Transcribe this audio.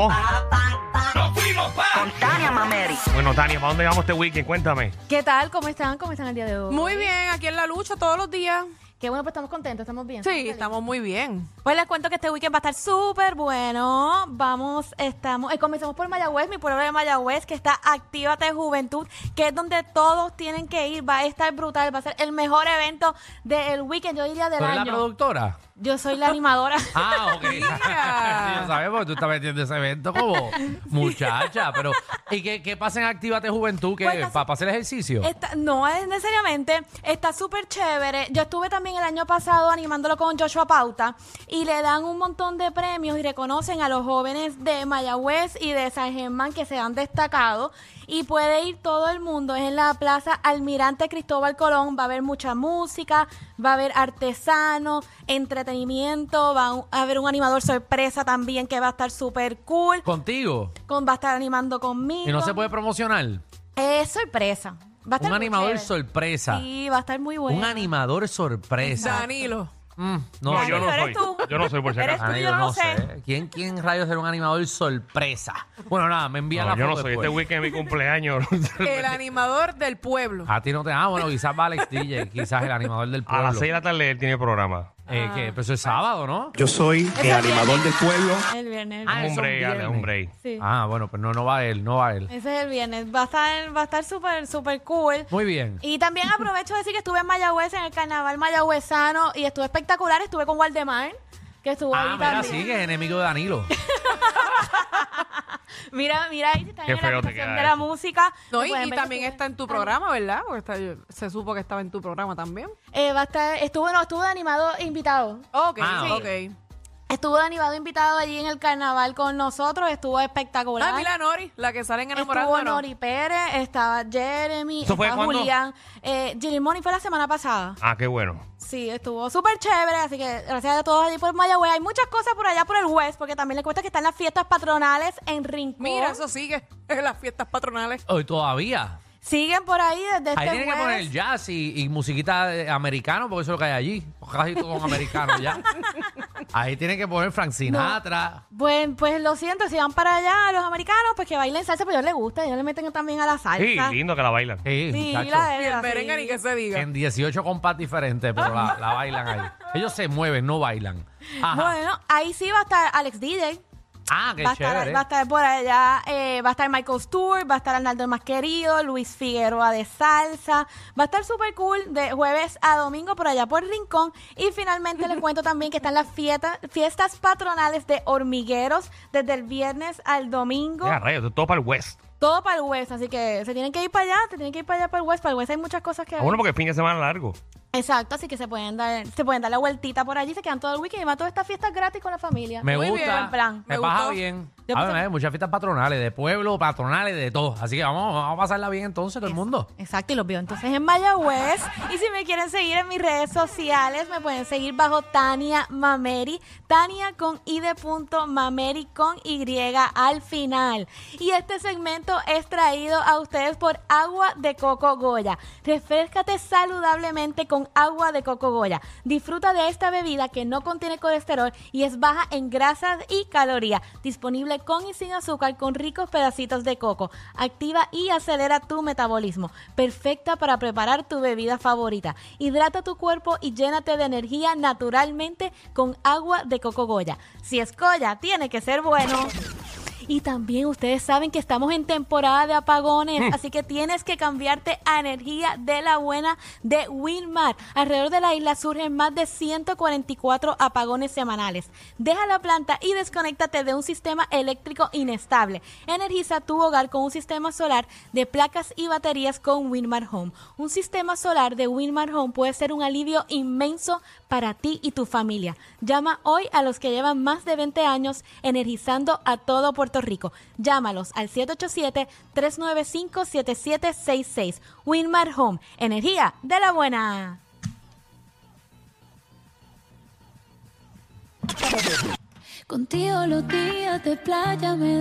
Oh, con Tania Mameri. bueno, Tania, ¿para dónde vamos este weekend? Cuéntame. ¿Qué tal? ¿Cómo están? ¿Cómo están el día de hoy? Muy bien, aquí en la lucha todos los días. Qué bueno, pues estamos contentos, estamos bien. Sí, estamos muy bien. Pues les cuento que este weekend va a estar súper bueno. Vamos, estamos, eh, comenzamos por Mayagüez, mi pueblo de Mayagüez, que está Actívate Juventud, que es donde todos tienen que ir. Va a estar brutal, va a ser el mejor evento del weekend, yo diría del ¿Tú eres la año. productora? Yo soy la animadora. Ah, ok. sí, Mira. ya sabemos, tú estás metiendo ese evento como muchacha, pero... ¿Y qué, qué pasa en Actívate Juventud? que Pues, ¿Para hacer ejercicio? Está- no es necesariamente, está súper chévere. Yo estuve también el año pasado animándolo con Joshua Pauta y le dan un montón de premios y reconocen a los jóvenes de Mayagüez y de San Germán que se han destacado y puede ir todo el mundo. Es en la Plaza Almirante Cristóbal Colón, va a haber mucha música, va a haber artesanos, entretenimiento, va a haber un animador sorpresa también que va a estar súper cool, ¿Contigo? con, va a estar animando conmigo. ¿Y no se puede promocionar? Es sorpresa. Va a estar Un muy animador chévere. sorpresa. Sí, va a estar muy bueno. Un animador sorpresa. Danilo. Mm, no, No, Ay, yo no eres soy. tú. Yo no soy por si Eres acaso. tú. Ay, yo yo no no sé. sé. ¿Quién, quién rayos será un animador sorpresa? Bueno, nada, me envía No, la yo no foto soy. Este después. weekend es mi cumpleaños. El animador del pueblo. A ti no te... pues, Ah, bueno, quizás va Alex DJ, quizás el animador del A pueblo. las 6 de Ah, la tarde él tiene programa. Eh, que empezó el sábado, ¿no? Yo soy el animador del pueblo. El viernes. Ah, Un son break, dale, viernes. un break. sí. Ah, bueno, pues no, no va él, no va él. Ese es el viernes. Va a estar, va a estar súper, súper cool. Muy bien. Y también aprovecho de decir que estuve en Mayagüez, en el carnaval mayagüezano, y estuve espectacular. Estuve con Waldemar, que estuvo Ah, ahí mira, también. sí, que es enemigo de Danilo. Mira, mira ahí, si están Qué en la feo te estación queda de la eso. música. No, lo y, pueden y ver también estuve- está en tu programa, ¿verdad? Porque está- se supo que estaba en tu programa también. Eh, va a estar, estuvo, no, estuvo de animado invitado. Ok, Ah, sí. ok. ok. Estuvo de animado invitado allí en el carnaval con nosotros, estuvo espectacular. Ah, mira a Nori, la que salen enamorando. Estuvo Nori Pérez, estaba Jeremy, ¿Eso fue estaba cuándo? Julián. Eh, Gilimoni fue la semana pasada. Ah, qué bueno. Sí, estuvo súper chévere, así que gracias a todos allí por Mayagüez. Hay muchas cosas por allá por el West, porque también les cuento que están las fiestas patronales en Rincón. Mira, eso sigue en las fiestas patronales. Hoy todavía. Siguen por ahí desde Ahí este tienen que jueves. poner jazz y, y musiquita de- americano, porque eso es lo que hay allí. Casi todo con americano ya. Ahí tienen que poner Frank Sinatra. Buen- pues lo siento, si van para allá los americanos, pues que bailen salsa, pero a ellos les gusta, ellos le meten también a la Sí, salsa. lindo que la bailan. Sí, Sí, muchacho. la Y de- el así. merengue ni que se diga. En 18 compas diferentes, pero la, la bailan ahí. Ellos se mueven, no bailan. Ajá. Bueno, ahí sí va a estar Alex DJ. ah, qué va a, estar, chévere. va a estar por allá, eh, va a estar Michael Stewart, va a estar Arnaldo el más querido, Luis Figueroa de salsa, va a estar super cool de jueves a domingo por allá por Rincón y finalmente les cuento también que están las fiesta- fiestas patronales de hormigueros desde el viernes al domingo, Ya, rayos, esto es todo para el West. todo para el West, así que se tienen que ir para allá, se tienen que ir para allá para el West, para el West hay muchas cosas que Ah, ver. Bueno, porque es fin de semana largo. Exacto, así que se pueden dar, se pueden dar la vueltita por allí, se quedan todo el weekend y van a todas estas fiestas gratis con la familia. Me Muy gusta. bien, en plan. Me, Me pasa gustó. bien. Yo Ah, puse- bueno, hay muchas fiestas patronales, de pueblo, patronales, de todo. Así que vamos, vamos a pasarla bien entonces todo el mundo. Exacto, y los veo entonces en Mayagüez. Y si me quieren seguir en mis redes sociales, me pueden seguir bajo Tania Mameri. Tania con I de punto, Mameri con Y al final. Y este segmento es traído a ustedes por Agua de Coco Goya. Refrescate saludablemente con Agua de Coco Goya. Disfruta de esta bebida que no contiene colesterol y es baja en grasas y calorías. Disponible con y sin azúcar con ricos pedacitos de coco. Activa y acelera tu metabolismo. Perfecta para preparar tu bebida favorita. Hidrata tu cuerpo y llénate de energía naturalmente con agua de coco Goya. Si es Goya, tiene que ser bueno. Y también ustedes saben que estamos en temporada de apagones, así que tienes que cambiarte a energía de la buena de Winmar. Alrededor de la isla surgen más de 144 apagones semanales. Deja la planta y desconéctate de un sistema eléctrico inestable. Energiza tu hogar con un sistema solar de placas y baterías con Winmar Home. Un sistema solar de Winmar Home puede ser un alivio inmenso para ti y tu familia. Llama hoy a los que llevan más de 20 años energizando a todo Puerto Rico. Llámalos al 787-395-7766. Winmar Home, energía de la buena. Contigo los días de playa me